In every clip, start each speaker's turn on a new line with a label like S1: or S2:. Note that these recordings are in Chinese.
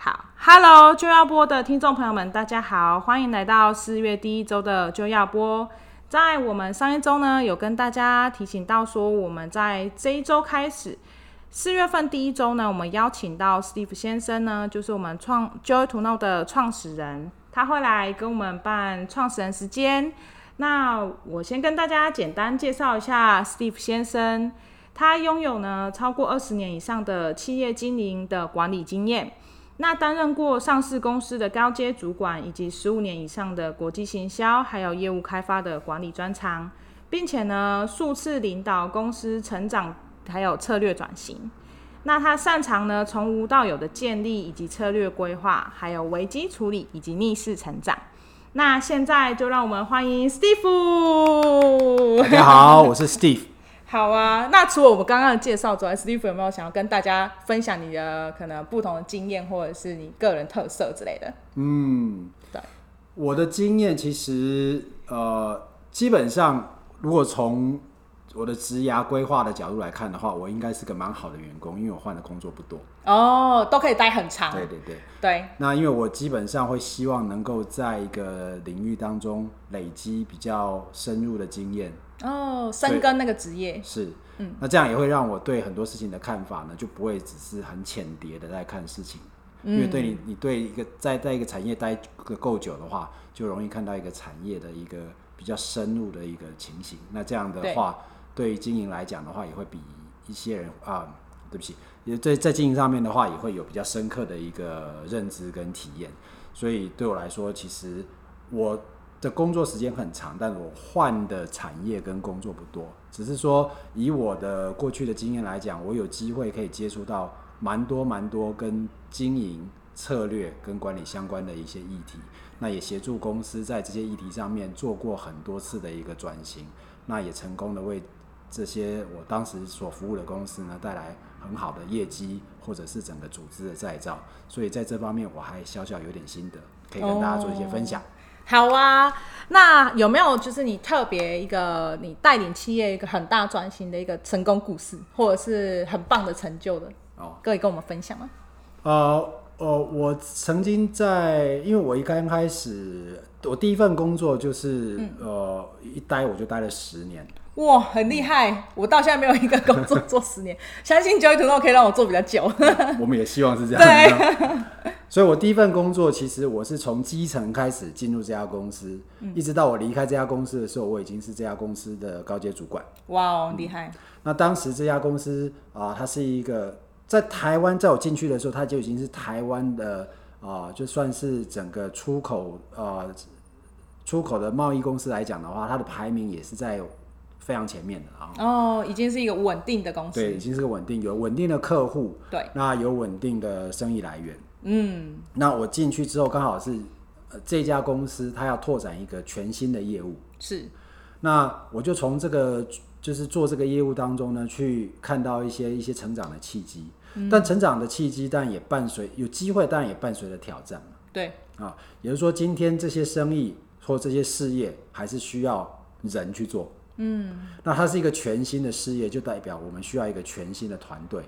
S1: Hello，就要播的听众朋友们，大家好，欢迎来到四月第一周的就要播。在我们上一周呢，有跟大家提醒到说，我们在这一周开始，四月份第一周呢，我们邀请到 Steve 先生呢，就是我们创 Joy to Know 的创始人，他会来跟我们办创始人时间。那我先跟大家简单介绍一下 Steve 先生，他拥有呢超过二十年以上的企业经营的管理经验。那担任过上市公司的高阶主管，以及十五年以上的国际行销还有业务开发的管理专长，并且呢数次领导公司成长还有策略转型。那他擅长呢从无到有的建立以及策略规划，还有危机处理以及逆势成长。那现在就让我们欢迎 Steve。
S2: 大家好，我是 Steve。
S1: 好啊，那除了我们刚刚的介绍之外，Steve 有没有想要跟大家分享你的可能不同的经验，或者是你个人特色之类的？
S2: 嗯，
S1: 对，
S2: 我的经验其实呃，基本上如果从我的职涯规划的角度来看的话，我应该是个蛮好的员工，因为我换的工作不多。
S1: 哦，都可以待很长。
S2: 对对对。
S1: 对
S2: 那因为我基本上会希望能够在一个领域当中累积比较深入的经验，
S1: 哦，深耕那个职业。
S2: 是，嗯，那这样也会让我对很多事情的看法呢，就不会只是很浅碟的在看事情，因为对你，你对一个在在一个产业待个够久的话，就容易看到一个产业的一个比较深入的一个情形。那这样的话，对于经营来讲的话，也会比一些人啊，对不起，也对在经营上面的话，也会有比较深刻的一个认知跟体验。所以对我来说，其实我的工作时间很长，但我换的产业跟工作不多，只是说以我的过去的经验来讲，我有机会可以接触到蛮多蛮多跟经营策略跟管理相关的一些议题，那也协助公司在这些议题上面做过很多次的一个转型，那也成功的为这些我当时所服务的公司呢带来很好的业绩，或者是整个组织的再造，所以在这方面我还小小有点心得，可以跟大家做一些分享。
S1: 好啊，那有没有就是你特别一个你带领企业一个很大转型的一个成功故事，或者是很棒的成就的，
S2: 哦，
S1: 可以跟我们分享吗？
S2: 呃，呃，我曾经在，因为我一刚开始，我第一份工作就是、呃，一待我就待了十年。
S1: 哇，很厉害！我到现在没有一个工作做十年，相信 Joy to Know 可以让我做比较 久。
S2: 我们也希望是这样。 所以，我第一份工作其实我是从基层开始进入这家公司，一直到我离开这家公司的时候，我已经是这家公司的高阶主管。
S1: 哇哦，厉害！
S2: 那当时这家公司啊、它是一个在台湾，在我进去的时候，它就已经是台湾的啊、就算是整个出口呃出口的贸易公司来讲的话，它的排名也是在非常前面的啊。
S1: 哦，已经是一个稳定的公司。
S2: 对，已经是个稳定，有稳定的客户，
S1: 对，
S2: 那有稳定的生意来源。
S1: 嗯，
S2: 那我进去之后，刚好是、呃、这家公司它要拓展一个全新的业务，
S1: 是
S2: 那我就从这个就是做这个业务当中呢，去看到一些一些成长的契机，但成长的契机，但也伴随有机会，但也伴随着挑战
S1: 对，
S2: 啊。也就是说，今天这些生意或这些事业，还是需要人去做。嗯，那它是一个全新的事业，就代表我们需要一个全新的团队。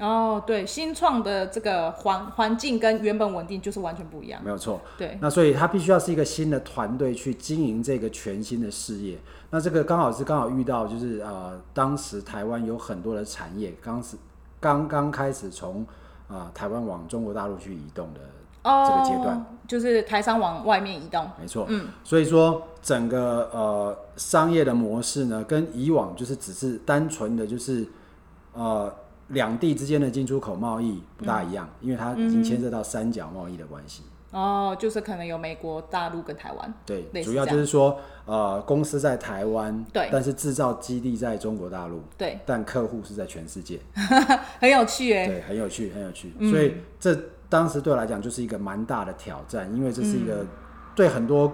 S1: 哦，对，新创的这个环环境跟原本稳定就是完全不一样。
S2: 没有错。
S1: 对，
S2: 那所以它必须要是一个新的团队去经营这个全新的事业。那这个刚好是刚好遇到，就是呃，当时台湾有很多的产业刚是刚刚开始从啊、呃台湾往中国大陆去移动的
S1: 哦，
S2: 这个阶段，
S1: 就是台商往外面移动。
S2: 没错，嗯，所以说整个呃商业的模式呢，跟以往就是只是单纯的就是呃两地之间的进出口贸易不大一样，
S1: 嗯
S2: 因为它已经牵涉到三角贸易的关系。
S1: 哦，就是可能有美国、大陆跟台湾。
S2: 对
S1: 类，似
S2: 主要
S1: 这
S2: 就是说，呃，公司在台湾，
S1: 对
S2: 但是制造基地在中国大陆，
S1: 对，
S2: 但客户是在全世界，
S1: 很有趣哎。
S2: 对，很有趣，很有趣。
S1: 嗯
S2: 所以这当时对我来讲就是一个蛮大的挑战，因为这是一
S1: 嗯
S2: 个对很多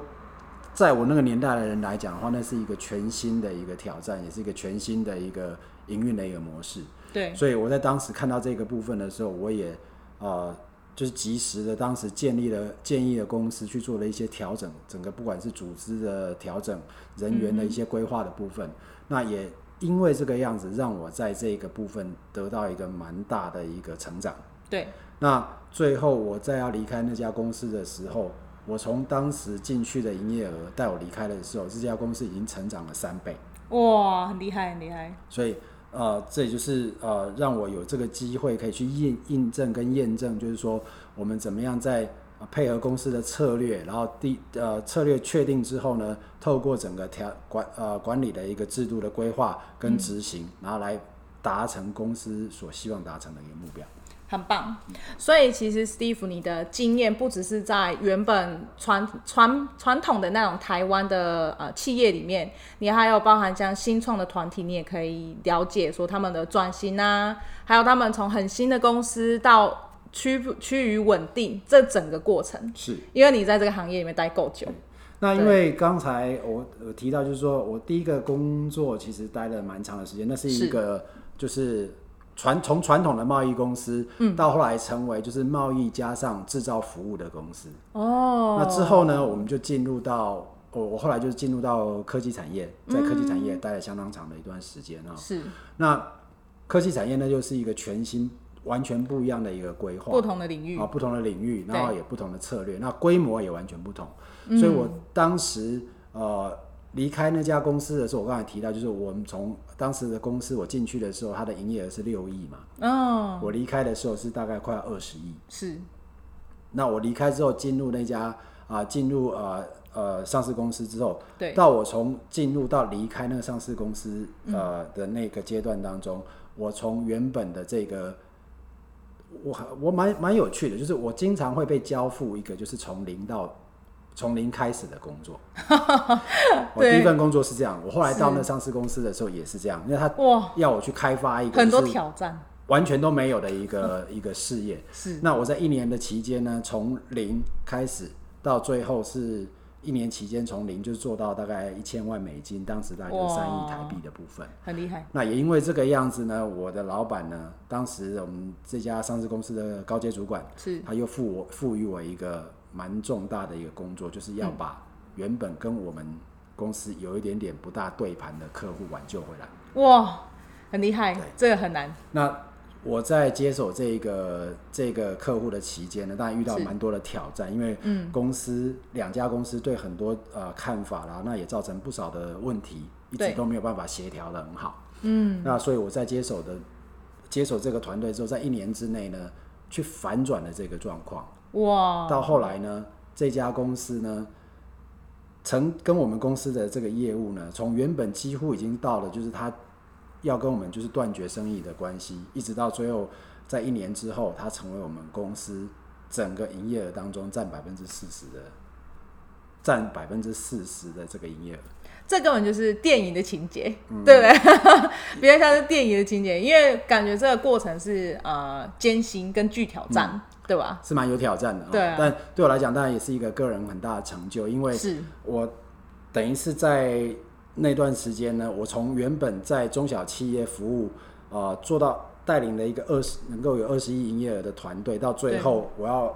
S2: 在我那个年代的人来讲的话，那是一个全新的一个挑战，也是一个全新的一个营运的一个模式。
S1: 对，
S2: 所以我在当时看到这个部分的时候，我也呃，就是及时的当时建立了建议了公司去做了一些调整，整个不管是组织的调整、人员的一些规划的部分，那也因为这个样子，让我在这个部分得到一个蛮大的一个成长。
S1: 对，
S2: 那最后我在要离开那家公司的时候，我从当时进去的营业额带我离开的时候，这家公司已经成长了三倍。
S1: 哇，很厉害，很厉害。
S2: 所以呃，这也就是呃，让我有这个机会可以去印印证跟验证，就是说我们怎么样在、呃配合公司的策略，然后第呃策略确定之后呢，透过整个调管呃管理的一个制度的规划跟执行，然后来达成公司所希望达成的一个目标。
S1: 很棒，所以其实 Steve，你的经验不只是在原本传传传统的那种台湾的呃企业里面，你还有包含像新创的团体，你也可以了解说他们的转型啊，还有他们从很新的公司到趋趋于稳定这整个过程，
S2: 是。
S1: 因为你在这个行业里面待够久，
S2: 那因为刚才我我提到，就是说我第一个工作其实待了蛮长的时间，那是
S1: 是
S2: 一个就是传从传统的贸易公司，嗯，到后来成为就是贸易加上制造服务的公司。
S1: 哦，
S2: 那之后呢，我们就进入到我我后来就是进入到科技产业，在科技产
S1: 嗯
S2: 业待了相当长的一段时间啊、
S1: 是
S2: 那科技产业呢，又是一个全新、完全不一样的一个规划
S1: 不。同的领域
S2: 啊，不同的领域，
S1: 对
S2: 然后也不同的策略，那规模也完全不同。所以我
S1: 嗯
S2: 当时呃离开那家公司的时候，我刚才提到，就是我们从当时的公司我进去的时候，它的营业额是六亿嘛，
S1: 嗯，
S2: 我离开的时候是大概快二十亿。
S1: 是
S2: 那我离开之后进入那家啊、进入呃呃上市公司之后，
S1: 对，
S2: 到我从进入到离开那个上市公司
S1: 嗯
S2: 呃的那个阶段当中，我从原本的这个，我我蛮蛮有趣的，就是我经常会被交付一个就是从零到从零开始的工作。 我第一份工作是这样，我后来到那上市公司的时候也是这样，因为他
S1: 哇，
S2: 要我去开发一个
S1: 很多
S2: 就是
S1: 挑战
S2: 完全都没有的一个一个事业。
S1: 是
S2: 那我在一年的期间呢，从零开始到最后是一年期间从零就做到大概一千万美金，当时大概就是
S1: 哇
S2: 三亿台币的部分。
S1: 很厉害，
S2: 那也因为这个样子呢，我的老板呢，当时我们这家上市公司的高阶主管，
S1: 是
S2: 他又赋我赋予我一个蛮重大的一个工作，就是要把原本跟我们公司有一点点不大对盘的客户挽救回来。
S1: 哇，很厉害
S2: 对，
S1: 这个很难，
S2: 那我在接手这个这个客户的期间呢，当然遇到
S1: 是嗯
S2: 蛮多的挑战，因为公司两、家公司对很多呃看法啦，那也造成不少的问题，一直
S1: 对
S2: 都没有办法协调的很好。嗯，那所以我在接手的接手这个团队之后，在一年之内呢，去反转了这个状况。
S1: 哇，
S2: 到后来呢，这家公司呢，曾跟我们公司的这个业务呢，从原本几乎已经到了就是他要跟我们就是断绝生意的关系，一直到最后在一年之后，他成为我们公司整个营业额当中占百分之四十的，占百分之四十的这个营业额。
S1: 这根本就是电影的情节，
S2: 嗯
S1: 对不对？ 比较像是电影的情节，因为感觉这个过程是呃艰辛跟具挑战，
S2: 嗯
S1: 对吧？
S2: 是蛮有挑战的、哦，
S1: 对啊
S2: 但对我来讲，当然也是一个个人很大的成就，因为
S1: 是
S2: 我等于是在那段时间呢，我从原本在中小企业服务，呃，做到带领了一个二十能够有二十亿营业额的团队，到最后我要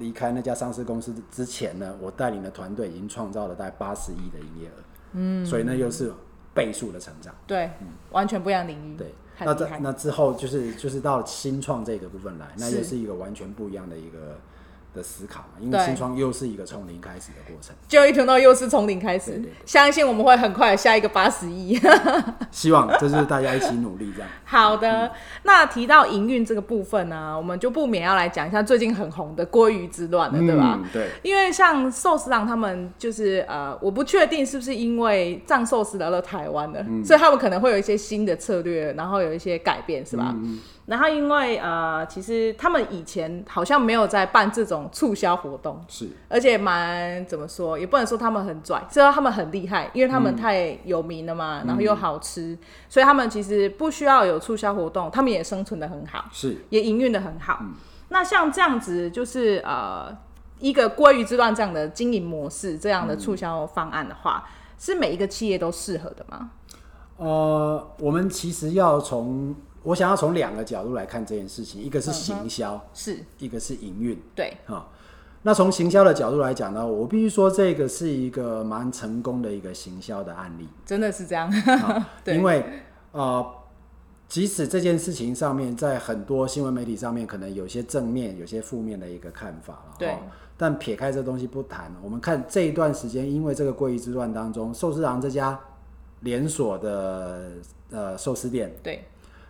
S2: 离开那家上市公司之前呢，我带领的团队已经创造了大概八十亿的营业额，嗯，所以那又是倍数的成长。
S1: 对，完全不一样的领域，
S2: 嗯对，
S1: 很
S2: 那
S1: 厉
S2: 这
S1: 害，
S2: 那之后就是就是到新创这个部分来，那
S1: 是
S2: 又是一个完全不一样的一个的思考嘛，因为
S1: 对
S2: 新创又是一个从零开始的过程，
S1: 就一听到又是从零开始，
S2: 对对对
S1: 相信我们会很快下一个八十亿。
S2: 希望这是大家一起努力这样。
S1: 好
S2: 嗯
S1: 的，那提到营运这个部分呢，我们就不免要来讲一下最近很红的鲑鱼之乱 了，对吧？
S2: 嗯？对，
S1: 因为像寿司郎他们就是呃，我不确定是不是因为藏寿司来到台湾了，所以他们可能会有一些新的策略，然后有一些改变，是吧？然后因为呃，其实他们以前好像没有在办这种促销活动，
S2: 是
S1: 而且蛮怎么说，也不能说他们很拽，知道他们很厉害，因为他们太有名了嘛，然后又好吃，所以他们其实不需要有促销活动，他们也生存的很好。
S2: 是，
S1: 也营运的很好。那像这样子，就是呃，一个鲑鱼之乱这样的经营模式，这样的促销方案的话，是每一个企业都适合的吗？
S2: 呃，我们其实要从我想要从两个角度来看这件事情，一个是行销，
S1: 是，
S2: 一个是营运
S1: 对，
S2: 啊。那从行销的角度来讲呢，我必须说这个是一个蛮成功的一个行销的案例。
S1: 真的是这样。
S2: 啊
S1: 对
S2: 因为呃，即使这件事情上面，在很多新闻媒体上面，可能有些正面，有些负面的一个看法了。
S1: 对
S2: 哦。但撇开这东西不谈，我们看这一段时间，因为这个鲑鱼之乱当中，寿司郎这家连锁的呃寿司店，
S1: 对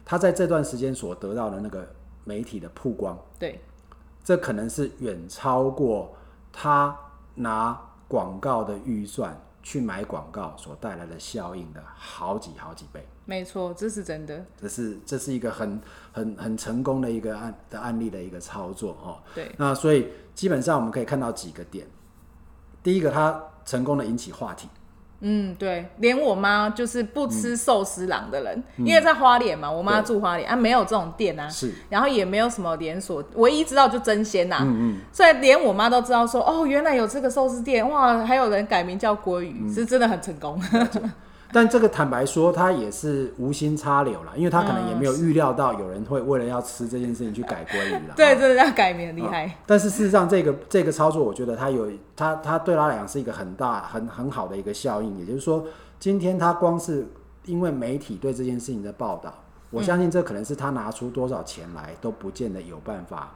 S2: 它在这段时间所得到的那个媒体的曝光，
S1: 对
S2: 这可能是远超过它拿广告的预算去买广告所带来的效应的好几好几倍。
S1: 没错，这是真的。
S2: 这是这是一个很很很成功的一个案的案例的一个操作哦。
S1: 对
S2: 那所以基本上我们可以看到几个点，第一个它成功的引起话题，
S1: 嗯，对，连我妈就是不吃寿司郎的人，因为在花莲嘛，我妈住花莲啊，没有这种店啊，
S2: 是
S1: 然后也没有什么连锁，唯一知道就真鲜呐、所以连我妈都知道说，哦，原来有这个寿司店，哇，还有人改名叫鲑鱼，是真的很成功。
S2: 但这个坦白说，它也是无心插柳啦，因为它可能也没有预料到有人会为了要吃这件事情去改鲑鱼啦。
S1: 对，
S2: 哦
S1: 真的要改名很厉害。
S2: 但是事实上，这个这个操作，我觉得它有它它对他来讲是一个很大很很好的一个效应。也就是说，今天他光是因为媒体对这件事情的报道，我相信这可能是他拿出多少钱来都不见得有办法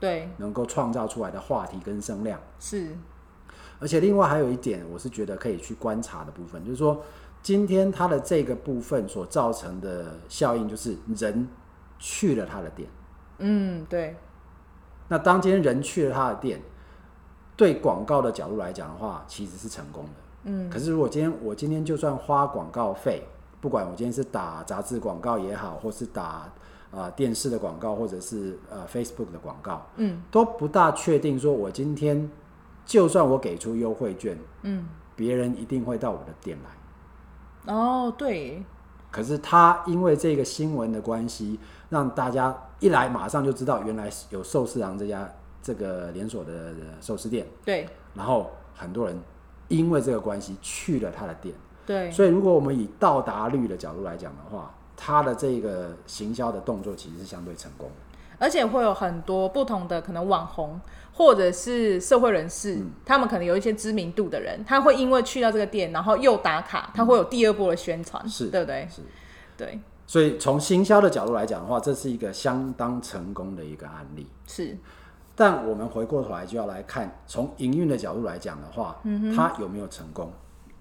S1: 对，
S2: 能够创造出来的话题跟声量。
S1: 是，
S2: 而且另外还有一点，我是觉得可以去观察的部分，就是说今天它的这个部分所造成的效应，就是人去了他的店。
S1: 嗯，对，
S2: 那当今天人去了他的店，对广告的角度来讲的话，其实是成功的。嗯，可是如果今天我今天就算花广告费，不管我今天是打杂志广告也好，或是打呃电视的广告，或者是呃 Facebook 的广告，
S1: 嗯，
S2: 都不大确定说我今天就算我给出优惠券，
S1: 嗯，
S2: 别人一定会到我的店来。
S1: 哦，对，
S2: 可是他因为这个新闻的关系，让大家一来马上就知道原来有寿司郎这家这个连锁的呃寿司店，
S1: 对，
S2: 然后很多人因为这个关系去了他的店。
S1: 对，
S2: 所以如果我们以到达率的角度来讲的话，他的这个行销的动作其实是相对成功的。
S1: 而且会有很多不同的可能网红或者是社会人士，他们可能有一些知名度的人，他会因为去到这个店，然后又打卡，他会有第二波的宣传，
S2: 是
S1: 对不对？
S2: 是。
S1: 对，
S2: 所以从行销的角度来讲的话，这是一个相当成功的一个案例。
S1: 是，
S2: 但我们回过头来就要来看，从营运的角度来讲的话，嗯、它有没有成功？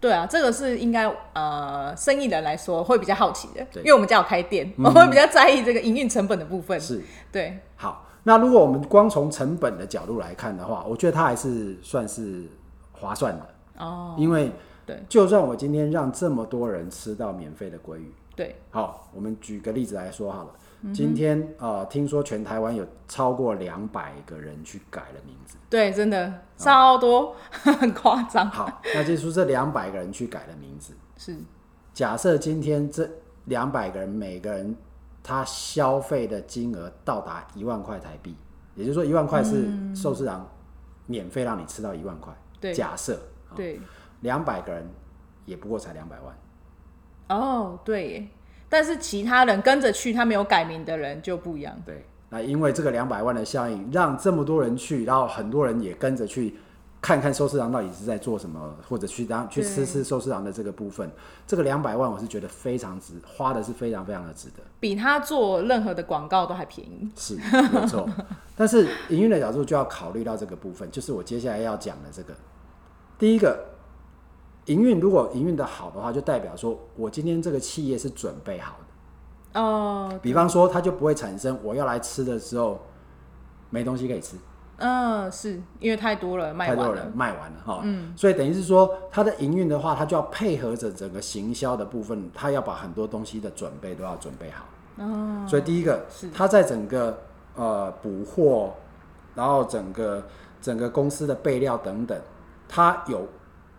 S1: 对啊，这个是应该呃，生意人来说会比较好奇的，
S2: 对嗯
S1: 因为我们家有开店，我会比较在意这个营运成本的部分。
S2: 是
S1: 对，
S2: 好，那如果我们光从成本的角度来看的话，我觉得它还是算是划算的，
S1: 哦，
S2: 因为
S1: 对
S2: 就算我今天让这么多人吃到免费的鲑鱼，
S1: 对，
S2: 好，我们举个例子来说好了。
S1: 嗯
S2: 今天呃，听说全台湾有超过两百个人去改了名字。
S1: 对，真的超多， 很夸张，
S2: 好，那就是这两百个人去改了名字。
S1: 是
S2: 假设今天这两百个人每个人他消费的金额到达一万块台币，也就是说一万块是寿司郎免费让你吃到一万块。
S1: 嗯对
S2: 假设
S1: 对，
S2: 两百个人也不过才两百万，
S1: 哦，对耶。但是其他人跟着去，他没有改名的人就不一样。
S2: 对。那因为这个两百万的效应，让这么多人去，然后很多人也跟着去看看寿司郎到底是在做什么，或者去当去吃
S1: 对
S2: 吃寿司郎的这个部分，这个两百万我是觉得非常值，花的是非常非常的值得。
S1: 比他做任何的广告都还便宜。
S2: 是没错， 但是营运的角度就要考虑到这个部分，就是我接下来要讲的这个。第一个，营运如果营运的好的话，就代表说我今天这个企业是准备好的。
S1: 哦，
S2: 比方说，它就不会产生我要来吃的时候没东西可以吃，
S1: 嗯、是因为太多了，卖
S2: 太
S1: 完
S2: 多
S1: 了
S2: 人。卖完了哈。嗯，所以等于是说，它的营运的话，它就要配合着整个行销的部分，它要把很多东西的准备都要准备好。
S1: 哦，
S2: 所以第一个
S1: 是
S2: 它在整个呃补货，然后整个整个公司的备料等等，它有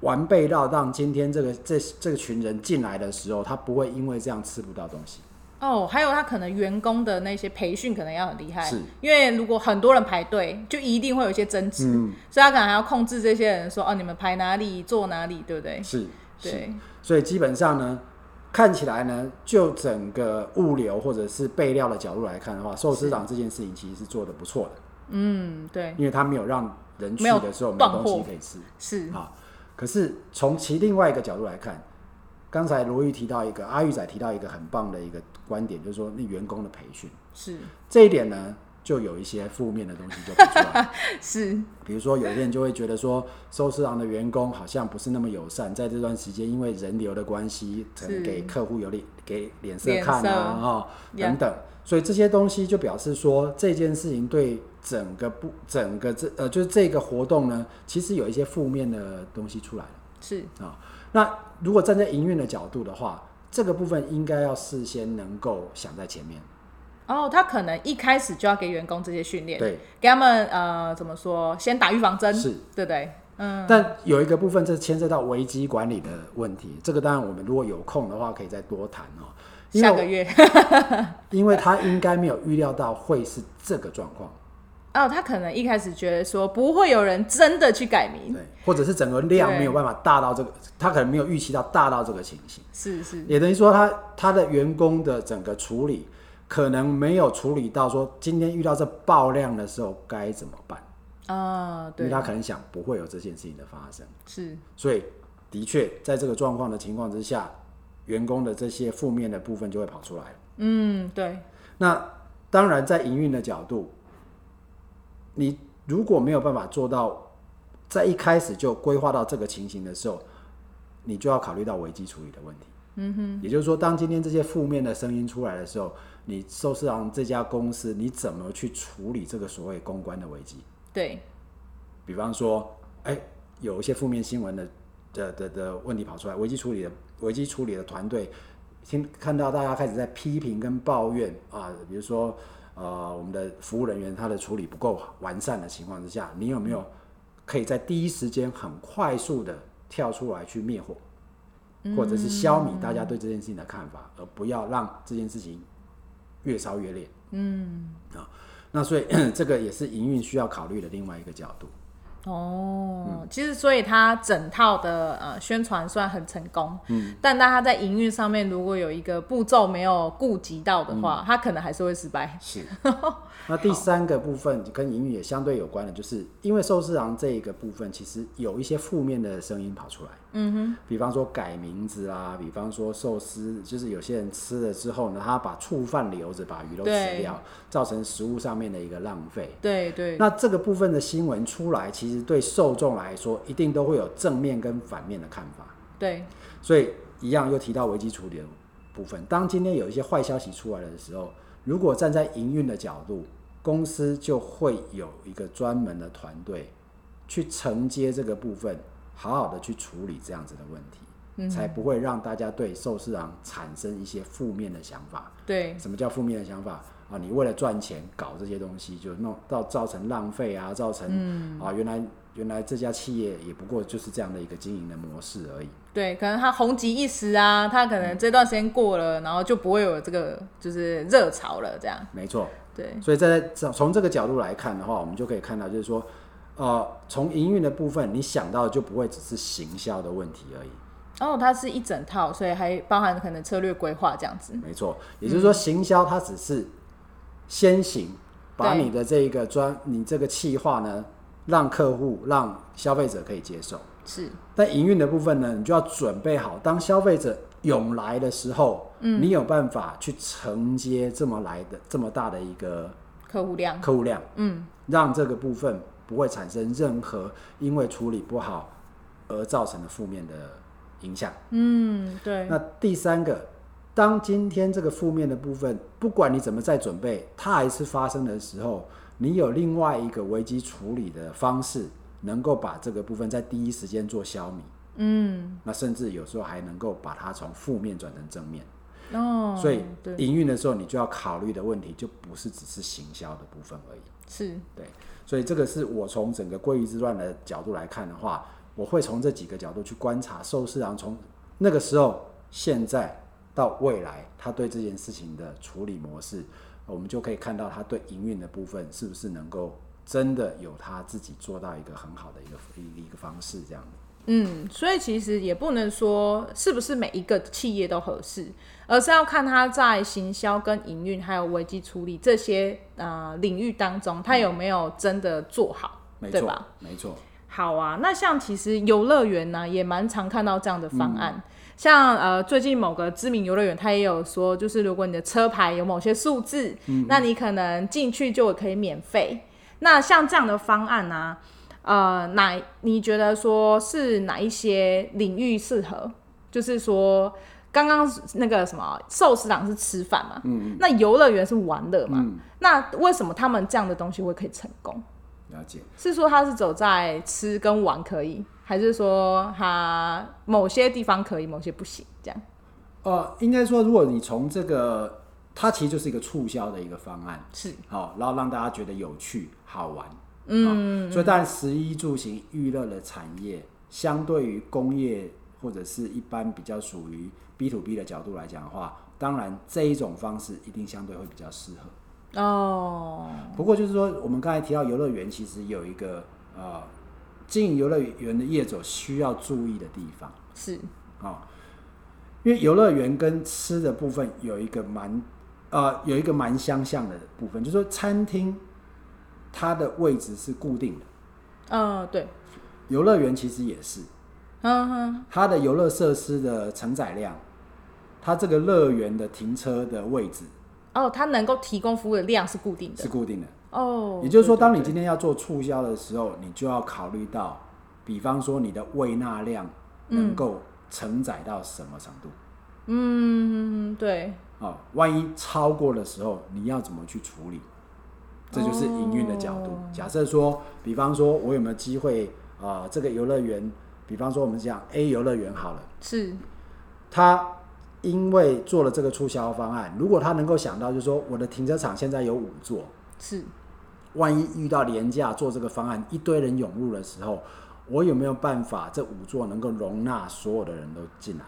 S2: 完备到让今天这个这这个群人进来的时候，他不会因为这样吃不到东西。
S1: 哦，还有他可能员工的那些培训可能要很厉害
S2: 是，
S1: 因为如果很多人排队，就一定会有一些争执，
S2: 嗯，
S1: 所以他可能还要控制这些人说，哦，你们排哪里，坐哪里，对不对？
S2: 是是。
S1: 对，
S2: 所以基本上呢，看起来呢，就整个物流或者是备料的角度来看的话，寿司长这件事情其实是做的不错的，
S1: 嗯，对，
S2: 因为它没有让人去
S1: 没有
S2: 的时候没
S1: 断
S2: 东西
S1: 货
S2: 可以吃。
S1: 是，
S2: 啊。可是从其另外一个角度来看，刚才罗玉提到一个，阿玉仔提到一个很棒的一个观点，就是说那员工的培训
S1: 是
S2: 这一点呢，就有一些负面的东西就跑出来了。
S1: 是，
S2: 比如说，有些人就会觉得说，寿司郎的员工好像不是那么友善，在这段时间因为人流的关系，可能
S1: 是
S2: 给客户有脸给脸色
S1: 脸
S2: 看
S1: 色
S2: 啊，哦，
S1: 呀
S2: 等等，所以这些东西就表示说，这件事情对整个不整个这呃，就是这个活动呢，其实有一些负面的东西出来了。
S1: 是
S2: 啊、那如果站在营运的角度的话，这个部分应该要事先能够想在前面，
S1: 哦，他可能一开始就要给员工这些训练，
S2: 对，
S1: 给他们呃怎么说，先打预防针，
S2: 是
S1: 对不对？嗯，
S2: 但有一个部分，这牵涉到危机管理的问题。这个当然，我们如果有空的话，可以再多谈哦。因
S1: 下个
S2: 为
S1: 月，
S2: 因为他应该没有预料到会是这个状 况，
S1: 哦，他可能一开始觉得说不会有人真的去改名，
S2: 对，或者是整个量
S1: 对
S2: 没有办法大到这个，他可能没有预期到大到这个情形，
S1: 是是
S2: 也等于说他他的员工的整个处理可能没有处理到说今天遇到这爆量的时候该怎么办，
S1: 啊、
S2: 因
S1: 对，
S2: 为他可能想不会有这件事情的发生。
S1: 是
S2: 所以的确，在这个状况的情况之下，员工的这些负面的部分就会跑出来了。
S1: 嗯对，
S2: 那当然，在营运的角度，你如果没有办法做到在一开始就规划到这个情形的时候，你就要考虑到危机处理的问题。嗯哼，也就是说，当今天这些负面的声音出来的时候，你寿司郎这家公司你怎么去处理这个所谓公关的危机？
S1: 对
S2: 比方说，哎、有一些负面新闻的的的的问题跑出来，危机处理的危机处理的团队，听看到大家开始在批评跟抱怨啊，比如说呃，我们的服务人员他的处理不够完善的情况之下，你有没有可以在第一时间很快速的跳出来去灭火，或者是消弭大家对这件事情的看法，而不要让这件事情越烧越烈。嗯，啊，那所以 这个也是营运需要考虑的另外一个角度。
S1: 哦，
S2: 嗯
S1: 其实所以他整套的呃宣传算很成功，嗯，但当他在营运上面如果有一个步骤没有顾及到的话，他可能还是会失败。
S2: 嗯是。那第三个部分跟营运也相对有关的，就是因为寿司郎这一个部分，其实有一些负面的声音跑出来。嗯哼。比方说改名字啊，比方说寿司，就是有些人吃了之后呢，他把醋饭留着，把鱼都吃
S1: 对
S2: 掉，造成食物上面的一个浪费。
S1: 对对，
S2: 那这个部分的新闻出来，其实对受众来说，一定都会有正面跟反面的看法。
S1: 对，
S2: 所以一样又提到危机处理的部分。当今天有一些坏消息出来的时候，如果站在营运的角度，公司就会有一个专门的团队去承接这个部分，好好的去处理这样子的问题，才不会让大家对寿司郎产生一些负面的想法。
S1: 对，
S2: 什么叫负面的想法啊？你为了赚钱搞这些东西，就弄到造成浪费啊，造成、啊，原来原来这家企业也不过就是这样的一个经营的模式而已。
S1: 对，可能他红极一时啊，他可
S2: 嗯
S1: 能这段时间过了，然后就不会有这个就是热潮了，这样。
S2: 没错，
S1: 对，
S2: 所以在从从这个角度来看的话，我们就可以看到，就是说，呃，从营运的部分，你想到的就不会只是行销的问题而已。
S1: 然哦后它是一整套，所以还包含可能策略规划这样子。
S2: 没错，也就是说，行销它只是先行，把
S1: 对
S2: 你的这一个专，你这个企划呢，让客户、让消费者可以接受。
S1: 是，
S2: 但营运的部分呢，你就要准备好，当消费者涌来的时候，嗯，你有办法去承接这么来的这么大的一个
S1: 客户量，
S2: 客户量，
S1: 嗯，
S2: 让这个部分不会产生任何因为处理不好而造成的负面的影响。
S1: 嗯，对，
S2: 那第三个，当今天这个负面的部分，不管你怎么再准备，它还是发生的时候，你有另外一个危机处理的方式，能够把这个部分在第一时间做消弭。
S1: 嗯，
S2: 那甚至有时候还能够把它从负面转成正面，
S1: 哦，
S2: 所以
S1: 对，
S2: 营运的时候你就要考虑的问题，就不是只是行销的部分而已。
S1: 是，
S2: 对，所以这个是我从整个鲑鱼之乱的角度来看的话，我会从这几个角度去观察寿司郎从那个时候、现在到未来，他对这件事情的处理模式，我们就可以看到他对营运的部分是不是能够真的有他自己做到一个很好的一个一个方式这样子。
S1: 嗯，所以其实也不能说是不是每一个企业都合适，而是要看它在行销、跟营运还有危机处理这些呃领域当中，它有没有真的做好，
S2: 没
S1: 对
S2: 错
S1: 吧？，
S2: 没错，
S1: 好啊，那像其实游乐园呢，也蛮常看到这样的方案。像呃最近某个知名游乐园，它也有说，就是如果你的车牌有某些数字，那你可能进去就可以免费。那像这样的方案呢、呃，哪你觉得说是哪一些领域适合？就是说，刚刚那个什么寿司郎是吃饭嘛，那游乐园是玩乐嘛，那为什么他们这样的东西会可以成功？
S2: 了解。
S1: 是说它是走在吃跟玩可以，还是说它某些地方可以，某些不行？这样
S2: 呃，应该说，如果你从这个，它其实就是一个促销的一个方案，
S1: 是
S2: 好、然后让大家觉得有趣好玩。嗯，所以当然，食衣住行娱乐的产业，相对于工业或者是一般比较属于 B to B 的角度来讲的话，当然这一种方式一定相对会比较适合。
S1: 哦，
S2: 不过就是说，我们刚才提到游乐园，其实有一个呃，经营游乐园的业者需要注意的地方。
S1: 是
S2: 哦，因为游乐园跟吃的部分有一个蛮呃有一个蛮相像的部分，就是说餐厅它的位置是固定的，
S1: 嗯、对，
S2: 游乐园其实也是
S1: 嗯哼，
S2: 它的游乐设施的承载量，它这个乐园的停车的位置
S1: 哦，它能够提供服务的量是固定的
S2: 是固定的，
S1: 哦，
S2: 也就是说，
S1: 对
S2: 当
S1: 对
S2: 你今天要做促销的时候，你就要考虑到，比方说你的喂纳量能够承载到什么程度。
S1: 嗯对，
S2: 哦，万一超过的时候，你要怎么去处理？这就是营运的角度。
S1: 哦
S2: 假设说，比方说，我有没有机会？呃，这个游乐园，比方说我们讲 A 游乐园好了，
S1: 是
S2: 它因为做了这个促销方案，如果它能够想到，就是说我的停车场现在有五座，
S1: 是
S2: 万一遇到廉价做这个方案，一堆人涌入的时候，我有没有办法这五座能够容纳所有的人都进来？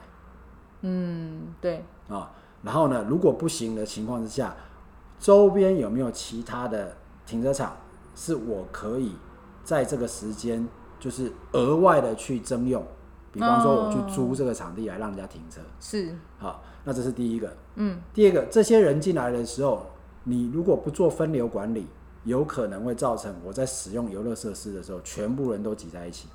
S1: 嗯对，
S2: 啊，然后呢，如果不行的情况之下，周边有没有其他的停车场是我可以在这个时间就是额外的去征用？比方说我去租这个场地来让人家停车，
S1: 是
S2: 好，那这是第一个。
S1: 嗯
S2: 第二个，这些人进来的时候，你如果不做分流管理，有可能会造成我在使用游乐设施的时候，全部人都挤在一起。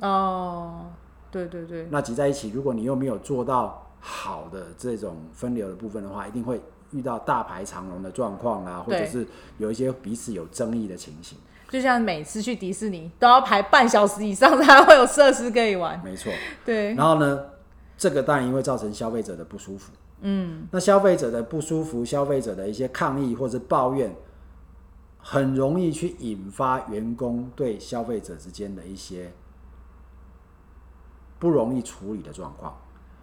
S1: 哦，对对对，
S2: 那挤在一起，如果你又没有做到好的这种分流的部分的话，一定会遇到大排长龙的状况啦，或
S1: 对
S2: 者是有一些彼此有争议的情形。
S1: 就像每次去迪士尼都要排半小时以上才会有设施可以玩，
S2: 没错，
S1: 对，
S2: 然后呢，这个当然也会造成消费者的不舒服。嗯，那消费者的不舒服，消费者的一些抗议或者抱怨，很容易去引发员工对消费者之间的一些不容易处理的状况，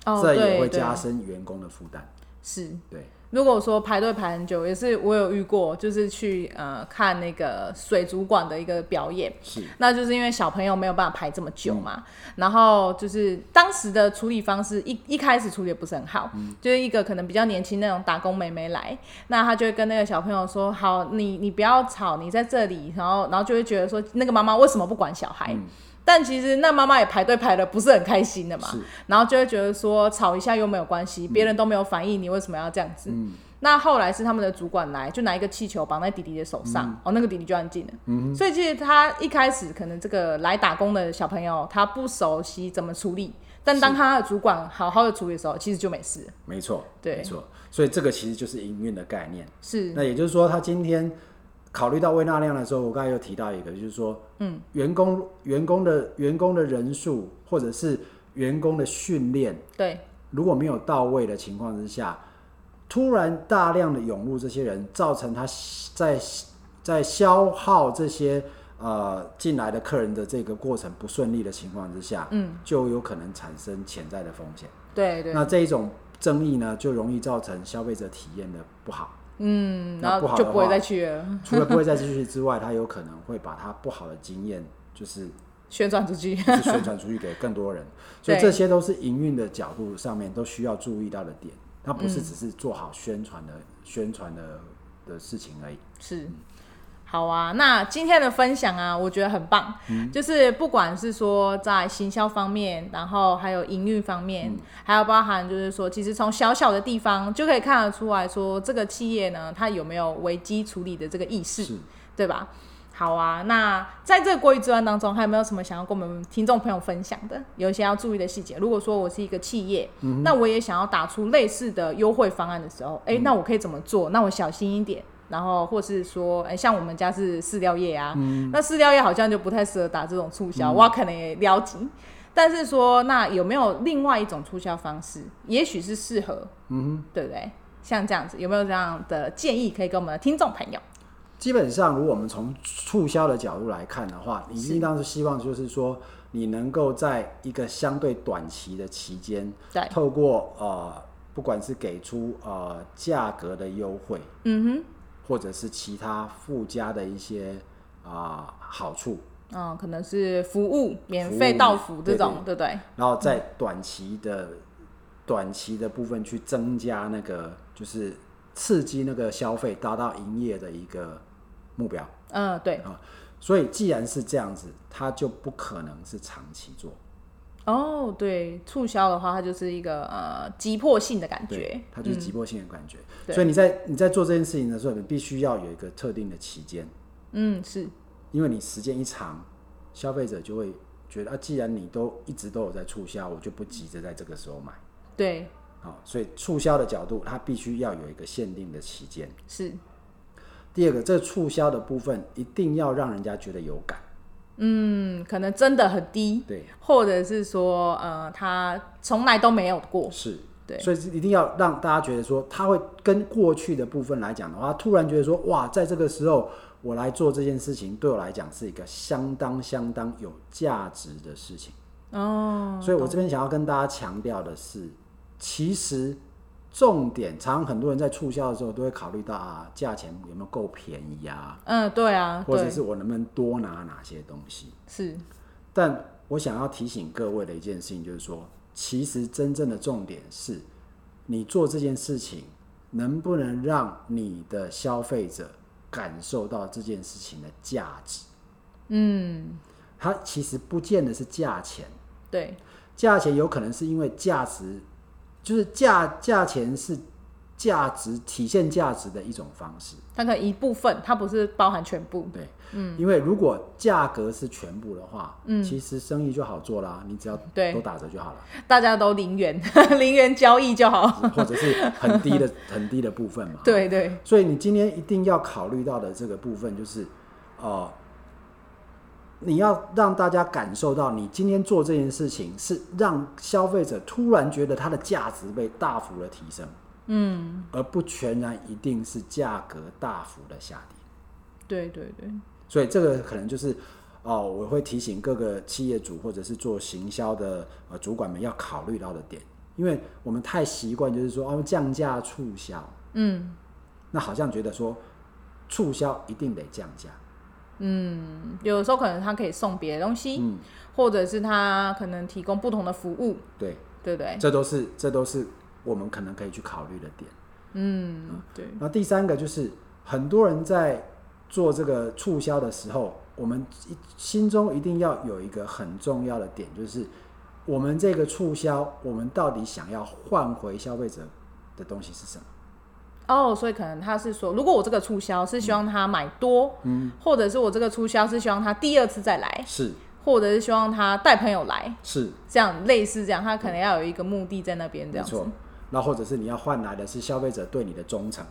S1: 哦
S2: 这
S1: 对
S2: 也会
S1: 对
S2: 加深员工的负担。
S1: 是。
S2: 对。
S1: 如果说排队排很久，也是我有遇过，就是去呃看那个水族馆的一个表演，
S2: 是
S1: 那就是因为小朋友没有办法排这么久嘛，然后就是当时的处理方式一一开始处理也不是很好，就是一个可能比较年轻那种打工妹妹来，那她就会跟那个小朋友说：“好，你你不要吵，你在这里。”然后然后就会觉得说那个妈妈为什么不管小孩？但其实那妈妈也排队排的不是很开心的嘛
S2: 是，
S1: 然后就会觉得说吵一下又没有关系，别人都没有反应，你为什么要这样子？那后来是他们的主管来，就拿一个气球绑在弟弟的手上，哦，那个弟弟就安静了。
S2: 嗯
S1: 所以其实他一开始可能这个来打工的小朋友他不熟悉怎么处理，但当他的主管好好的处理的时候，其实就没事了。
S2: 没错，
S1: 对
S2: 没错。所以这个其实就是营运的概念。
S1: 是
S2: 那也就是说，他今天考虑到喂纳量的时候，我刚才又提到一个，就是说，嗯，员工员工的员工的人数或者是员工的训练，
S1: 对，
S2: 如果没有到位的情况之下，突然大量的涌入这些人，造成他在在消耗这些呃进来的客人的这个过程不顺利的情况之下，
S1: 嗯，
S2: 就有可能产生潜在的风险。
S1: 对对，
S2: 那这一种争议呢，就容易造成消费者体验的不好。
S1: 嗯，
S2: 那
S1: 然
S2: 不
S1: 后
S2: 好
S1: 就
S2: 的
S1: 不会
S2: 话
S1: 再去了，
S2: 除了不会再继续之外，他有可能会把他不好的经验，就是
S1: 旋转出去。
S2: 就是宣传出去给更多人。所以
S1: 对
S2: 这些都是营运的角度上面都需要注意到的点，它不是只是做好宣传的、宣传的的事情而已。
S1: 是。好啊，那今天的分享啊，我觉得很棒，
S2: 嗯
S1: 就是不管是说在行销方面，然后还有营运方面，
S2: 嗯
S1: 还有包含就是说，其实从小小的地方就可以看得出来说，这个企业呢，它有没有危机处理的这个意识，
S2: 是
S1: 对吧？好啊，那在这个国语之乱当中，还有没有什么想要跟我们听众朋友分享的？有一些要注意的细节。如果说我是一个企业，那我也想要打出类似的优惠方案的时候，哎、那我可以怎么做？那我小心一点。然后，或是说，哎、像我们家是饲料业啊，那饲料业好像就不太适合打这种促销，我可能也了解。但是说，那有没有另外一种促销方式？也许是适合，嗯，对不对？像这样子，有没有这样的建议可以给我们的听众朋友？
S2: 基本上，如果我们从促销的角度来看的话，你应当是希望就是说，你能够在一个相对短期的期间，
S1: 对，
S2: 透过呃，不管是给出呃价格的优惠，
S1: 嗯
S2: 或者是其他附加的一些啊、好处，
S1: 哼，嗯，可能是服务免
S2: 服务
S1: 费到府这
S2: 对
S1: 种，对不对？
S2: 然后在短期的、短期的部分去增加那个就是刺激那个消费，达到营业的一个目标。
S1: 嗯，对，
S2: 所以既然是这样子，它就不可能是长期做，
S1: 哦，对，促销的话，它就是一个呃急迫性的感觉嗯
S2: 对，，它就是急迫性的感觉。
S1: 对
S2: 所以你在你在做这件事情的时候，你必须要有一个特定的期间，
S1: 嗯，是，
S2: 因为你时间一长，消费者就会觉得啊，既然你都一直都有在促销，我就不急着在这个时候买。
S1: 对，
S2: 好、所以促销的角度，它必须要有一个限定的期间。
S1: 是，
S2: 第二个，这促销的部分一定要让人家觉得有感，
S1: 嗯，可能真的很低，
S2: 对，
S1: 或者是说呃，它从来都没有过，
S2: 是，
S1: 对
S2: 所以是一定要让大家觉得说，他会跟过去的部分来讲的话，突然觉得说，哇，在这个时候我来做这件事情，对我来讲是一个相当相当有价值的事情。
S1: 哦，
S2: 所以我这边想要跟大家强调的是，其实重点，常常很多人在促销的时候都会考虑到啊，价钱有没有够便宜啊，
S1: 嗯，对啊，
S2: 或者
S1: 对
S2: 是我能不能多拿哪些东西。
S1: 是，
S2: 但我想要提醒各位的一件事情就是说，其实真正的重点是，你做这件事情能不能让你的消费者感受到这件事情的价值？
S1: 嗯，
S2: 它其实不见得是价钱，
S1: 对，
S2: 价钱有可能是因为价值，就是价价钱是价值体现价值的一种方式。
S1: 它可能一部分，它不是包含全部，
S2: 对，嗯，因为如果价格是全部的话，嗯，其实生意就好做啦，你只要
S1: 对
S2: 都打折就好了。
S1: 大家都零元， 零元交易就好，
S2: 或者是很低的很低的部分嘛。，
S1: 对对，
S2: 所以你今天一定要考虑到的这个部分就是，呃，你要让大家感受到你今天做这件事情是让消费者突然觉得它的价值被大幅的提升，嗯，而不全然一定是价格大幅的下跌。
S1: 对对对，
S2: 所以这个可能就是哦，我会提醒各个企业主或者是做行销的呃主管们要考虑到的点，因为我们太习惯就是说哦降价促销，
S1: 嗯
S2: 那好像觉得说促销一定得降价，
S1: 嗯，有的时候可能它可以送别的东西，
S2: 嗯，
S1: 或者是它可能提供不同的服务，
S2: 对，
S1: 对不对？
S2: 这都是这都是我们可能可以去考虑的点。
S1: 嗯，对，
S2: 然后第三个就是很多人在做这个促销的时候，我们一心中一定要有一个很重要的点，就是我们这个促销，我们到底想要换回消费者的东西是什么？
S1: 哦，所以可能他是说，如果我这个促销是希望他买多，嗯，或者是我这个促销是希望他第二次再来，
S2: 是
S1: 或者是希望他带朋友来，
S2: 是，
S1: 这样类似这样，他可能要有一个目的在那边这
S2: 没
S1: 样子
S2: 错。。那或者是你要换来的是消费者对你的忠诚，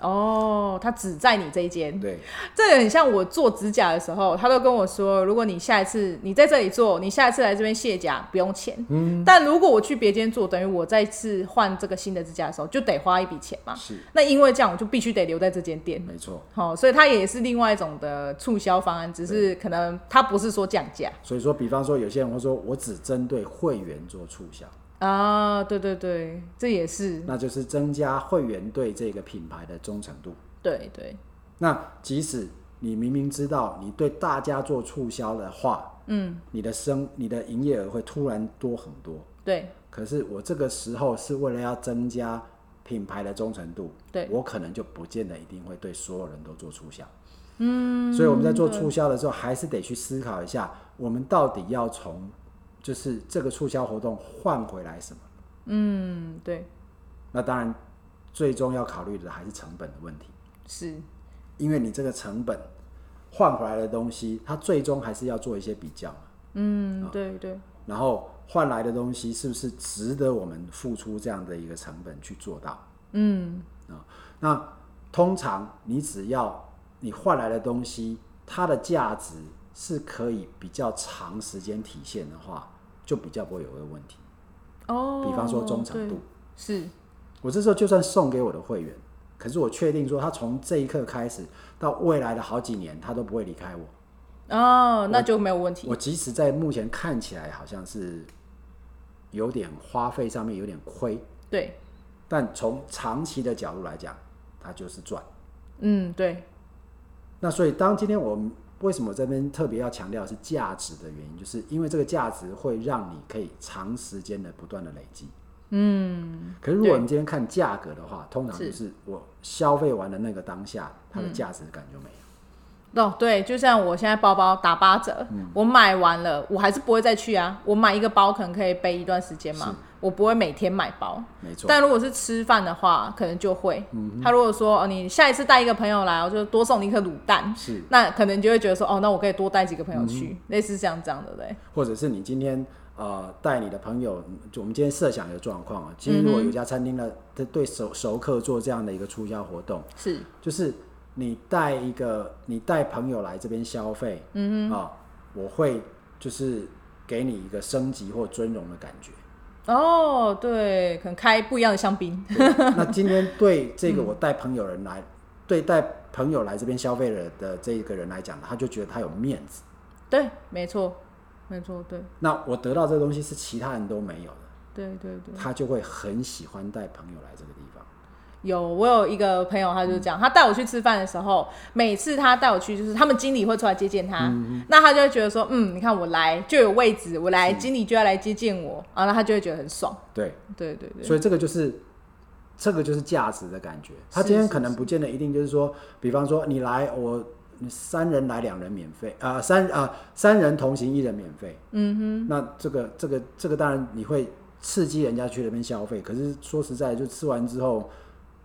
S1: 哦，他只在你这一间，
S2: 对，
S1: 这很像我做指甲的时候，他都跟我说，如果你下一次你在这里做，你下一次来这边卸甲不用钱。嗯，但如果我去别间做，等于我再次换这个新的指甲的时候，就得花一笔钱嘛。
S2: 是
S1: 那因为这样，我就必须得留在这间店。
S2: 没错。
S1: 好、所以它也是另外一种的促销方案，只是可能它不是说降价
S2: 所以说，比方说有些人会说，我只针对会员做促销，
S1: 啊。对对对，这也是
S2: 那就是增加会员对这个品牌的忠诚度。
S1: 对对，
S2: 那即使你明明知道你对大家做促销的话，嗯，你的生你的营业额会突然多很多，
S1: 对
S2: 可是我这个时候是为了要增加品牌的忠诚度，
S1: 对
S2: 我可能就不见得一定会对所有人都做促销。嗯，所以我们在做促销的时候，还是得去思考一下，我们到底要从就是这个促销活动换回来什么？
S1: 嗯对
S2: 那当然，最终要考虑的还是成本的问题。
S1: 是，
S2: 因为你这个成本换回来的东西，它最终还是要做一些比较，
S1: 嗯，对对，
S2: 然后换来的东西是不是值得我们付出这样的一个成本去做到？啊
S1: 嗯
S2: 那通常你只要你换来的东西，它的价值是可以比较长时间体现的话，就比较不会有个问题。
S1: 哦，
S2: 比方说忠诚度
S1: 对，是
S2: 我这时候就算送给我的会员，可是我确定说他从这一刻开始到未来的好几年，他都不会离开我。
S1: 哦，那就没有问题
S2: 我即使在目前看起来好像是有点花费上面有点亏，
S1: 对，
S2: 但从长期的角度来讲，它就是赚。
S1: 嗯对，
S2: 那所以，当今天我们为什么这边特别要强调是价值的原因，就是因为这个价值会让你可以长时间的不断的累积。嗯，可是如果
S1: 对
S2: 你今天看价格的话，通常就是我消费完的那个当下，它
S1: 嗯
S2: 的价值感就没有。
S1: 哦对，就像我现在包包打八折，我买完了，我还是不会再去啊。我买一个包可能可以背一段时间嘛，我不会每天买包。
S2: 没错，
S1: 但如果是吃饭的话，可能就会。他如果说哦，你下一次带一个朋友来，我就多送你一颗卤蛋，
S2: 是，
S1: 那可能就会觉得说哦，那我可以多带几个朋友去，类似像这样的对。
S2: 或者是你今天呃带你的朋友，就我们今天设想一个状况啊，其实如果有一家餐厅的对对熟熟客做这样的一个促销活动，
S1: 是，
S2: 就是你带一个你带朋友来这边消费，嗯啊、我会就是给你一个升级或尊荣的感觉。
S1: 哦，对，可能开不一样的香槟，
S2: 那今天对这个我带朋友人来，对带朋友来这边消费了的这个人来讲，他就觉得他有面子。
S1: 对，没错，没错，对，
S2: 那我得到这个东西是其他人都没有的，
S1: 对对对，
S2: 他就会很喜欢带朋友来这个地方。
S1: 有，我有一个朋友，他就是这
S2: 嗯
S1: 样，他带我去吃饭的时候，每次他带我去，就是他们经理会出来接见
S2: 嗯
S1: 他，那他就会觉得说，嗯，你看我来就有位置，我来，经理就要来接见我，然后他就会觉得很爽，
S2: 对，
S1: 对对对，
S2: 所以这个就是这个就是价值的感觉。他
S1: 是
S2: 今天
S1: 是
S2: 可能不见得一定就是说，比方说你来我你三人来两人免费，啊，三啊、三人同行一人免费。嗯哼，那这个这个这个当然你会刺激人家去那边消费，可是说实在，就吃完之后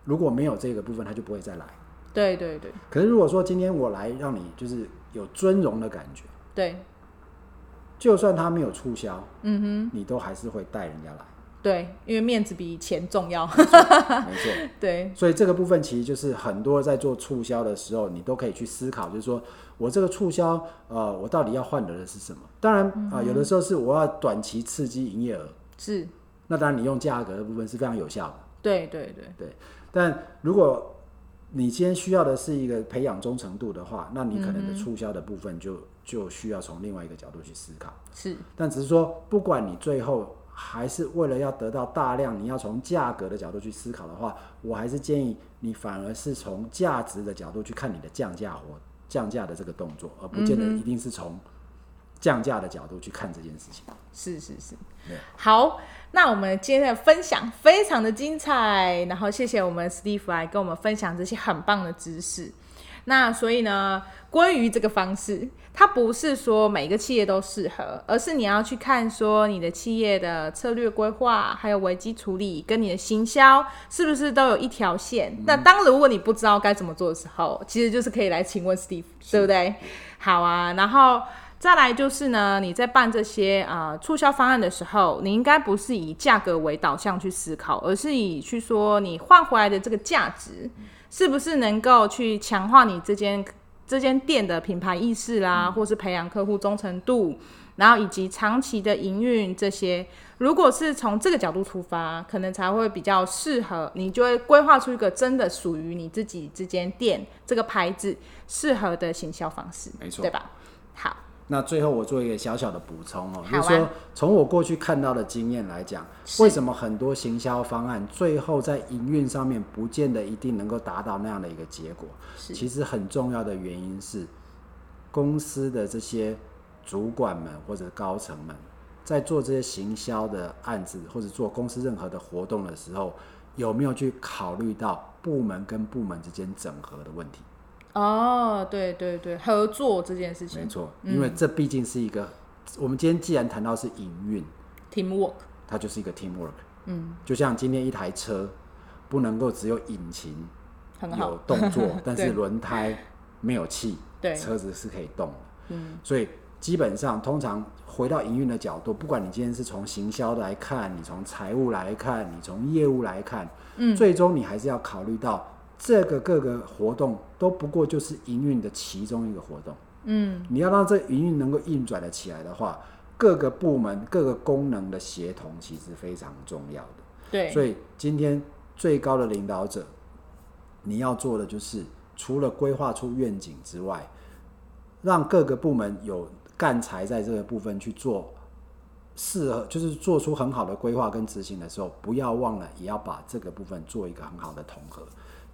S2: 如果没有这个部分，他就不会再来。
S1: 对对对
S2: 可是如果说今天我来让你就是有尊荣的感觉，
S1: 对
S2: 就算他没有促销，嗯哼，你都还是会带人家 来，
S1: 对，因为面子比钱重要，
S2: 没错。
S1: 对，
S2: 所以这个部分其实就是很多在做促销的时候，你都可以去思考，就是说我这个促销，呃，我到底要换得的是什么？当然啊、呃有的时候是我要短期刺激营业额，
S1: 是，
S2: 那当然你用价格的部分是非常有效的，
S1: 对对对，
S2: 对。但如果你今天需要的是一个培养忠诚度的话，那你可能的促销的部分就就需要从另外一个角度去思考。
S1: 是，
S2: 但只是说，不管你最后还是为了要得到大量，你要从价格的角度去思考的话，我还是建议你反而是从价值的角度去看你的降价活降价的这个动作，而不见得一定是从降价的角度去看这件事情。
S1: 是是是
S2: 对。
S1: 好，那我们今天的分享非常的精彩，然后谢谢我们 Steve 来跟我们分享这些很棒的知识。那所以呢，关于这个方式，它不是说每个企业都适合，而是你要去看说你的企业的策略规划，还有危机处理跟你的行销是不是都有一条线。那当如果你不知道该怎么做的时候，其实就是可以来请问 Steve，对不对？好啊，然后再来就是呢，你在办这些呃促销方案的时候，你应该不是以价格为导向去思考，而是以去说你换回来的这个价值
S2: 嗯
S1: 是不是能够去强化你这间这间店的品牌意识啦，
S2: 嗯
S1: 或是培养客户忠诚度，然后以及长期的营运这些。如果是从这个角度出发，可能才会比较适合，你就会规划出一个真的属于你自己这间店这个牌子适合的行销方式，
S2: 没错
S1: 对吧？好，
S2: 那最后我做一个小小的补充哦，
S1: 好
S2: 就
S1: 啊
S2: 是说从我过去看到的经验来讲，为什么很多行销方案最后在营运上面不见得一定能够达到那样的一个结果？
S1: 是
S2: 其实很重要的原因是公司的这些主管们或者高层们在做这些行销的案子或者做公司任何的活动的时候，有没有去考虑到部门跟部门之间整合的问题？
S1: 哦，对对对，合作这件事
S2: 没
S1: 情
S2: 错，因为这毕竟是一个，我们今天既然谈到是营运，
S1: ，teamwork，
S2: 它就是一个 teamwork。
S1: 嗯，
S2: 就像今天一台车不能够只有引擎
S1: 很好
S2: 有，动作，但是
S1: 对
S2: 轮胎没有气，
S1: 对，
S2: 车子是可以动的。嗯，所以基本上通常回到营运的角度，不管你今天是从行销来看，你从财务来看，你从业务来看，嗯，最终你还是要考虑到这个各个活动都不过就是营运的其中一个活动。嗯，你要让这营运能够运转的起来的话，各个部门各个功能的协同其实非常重要的。
S1: 对，
S2: 所以今天最高的领导者，你要做的就是除了规划出愿景之外，让各个部门有干才在这个部分去做适合，就是做出很好的规划跟执行的时候，不要忘了也要把这个部分做一个很好的统合，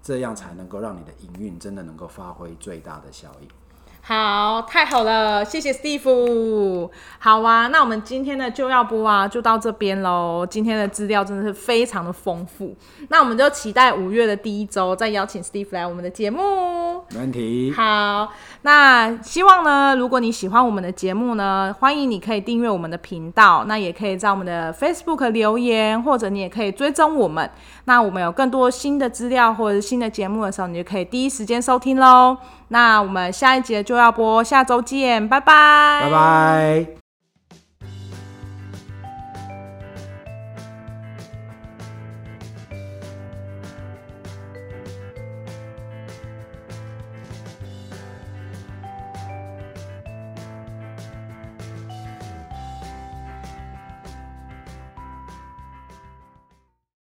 S2: 这样才能够让你的营运真的能够发挥最大的效益。
S1: 好，太好了，谢谢 Steve。好啊，那我们今天的就要播啊，就到这边喽。今天的资料真的是非常的丰富，那我们就期待五月的第一周再邀请 Steve 来我们的节目。
S2: 没问题，
S1: 好，那希望呢，如果你喜欢我们的节目呢，欢迎你可以订阅我们的频道，那也可以在我们的 Facebook 留言，或者你也可以追踪我们。那我们有更多新的资料或者是新的节目的时候，你就可以第一时间收听喽。那我们下一节就要播，下周见，拜拜，
S2: 拜拜。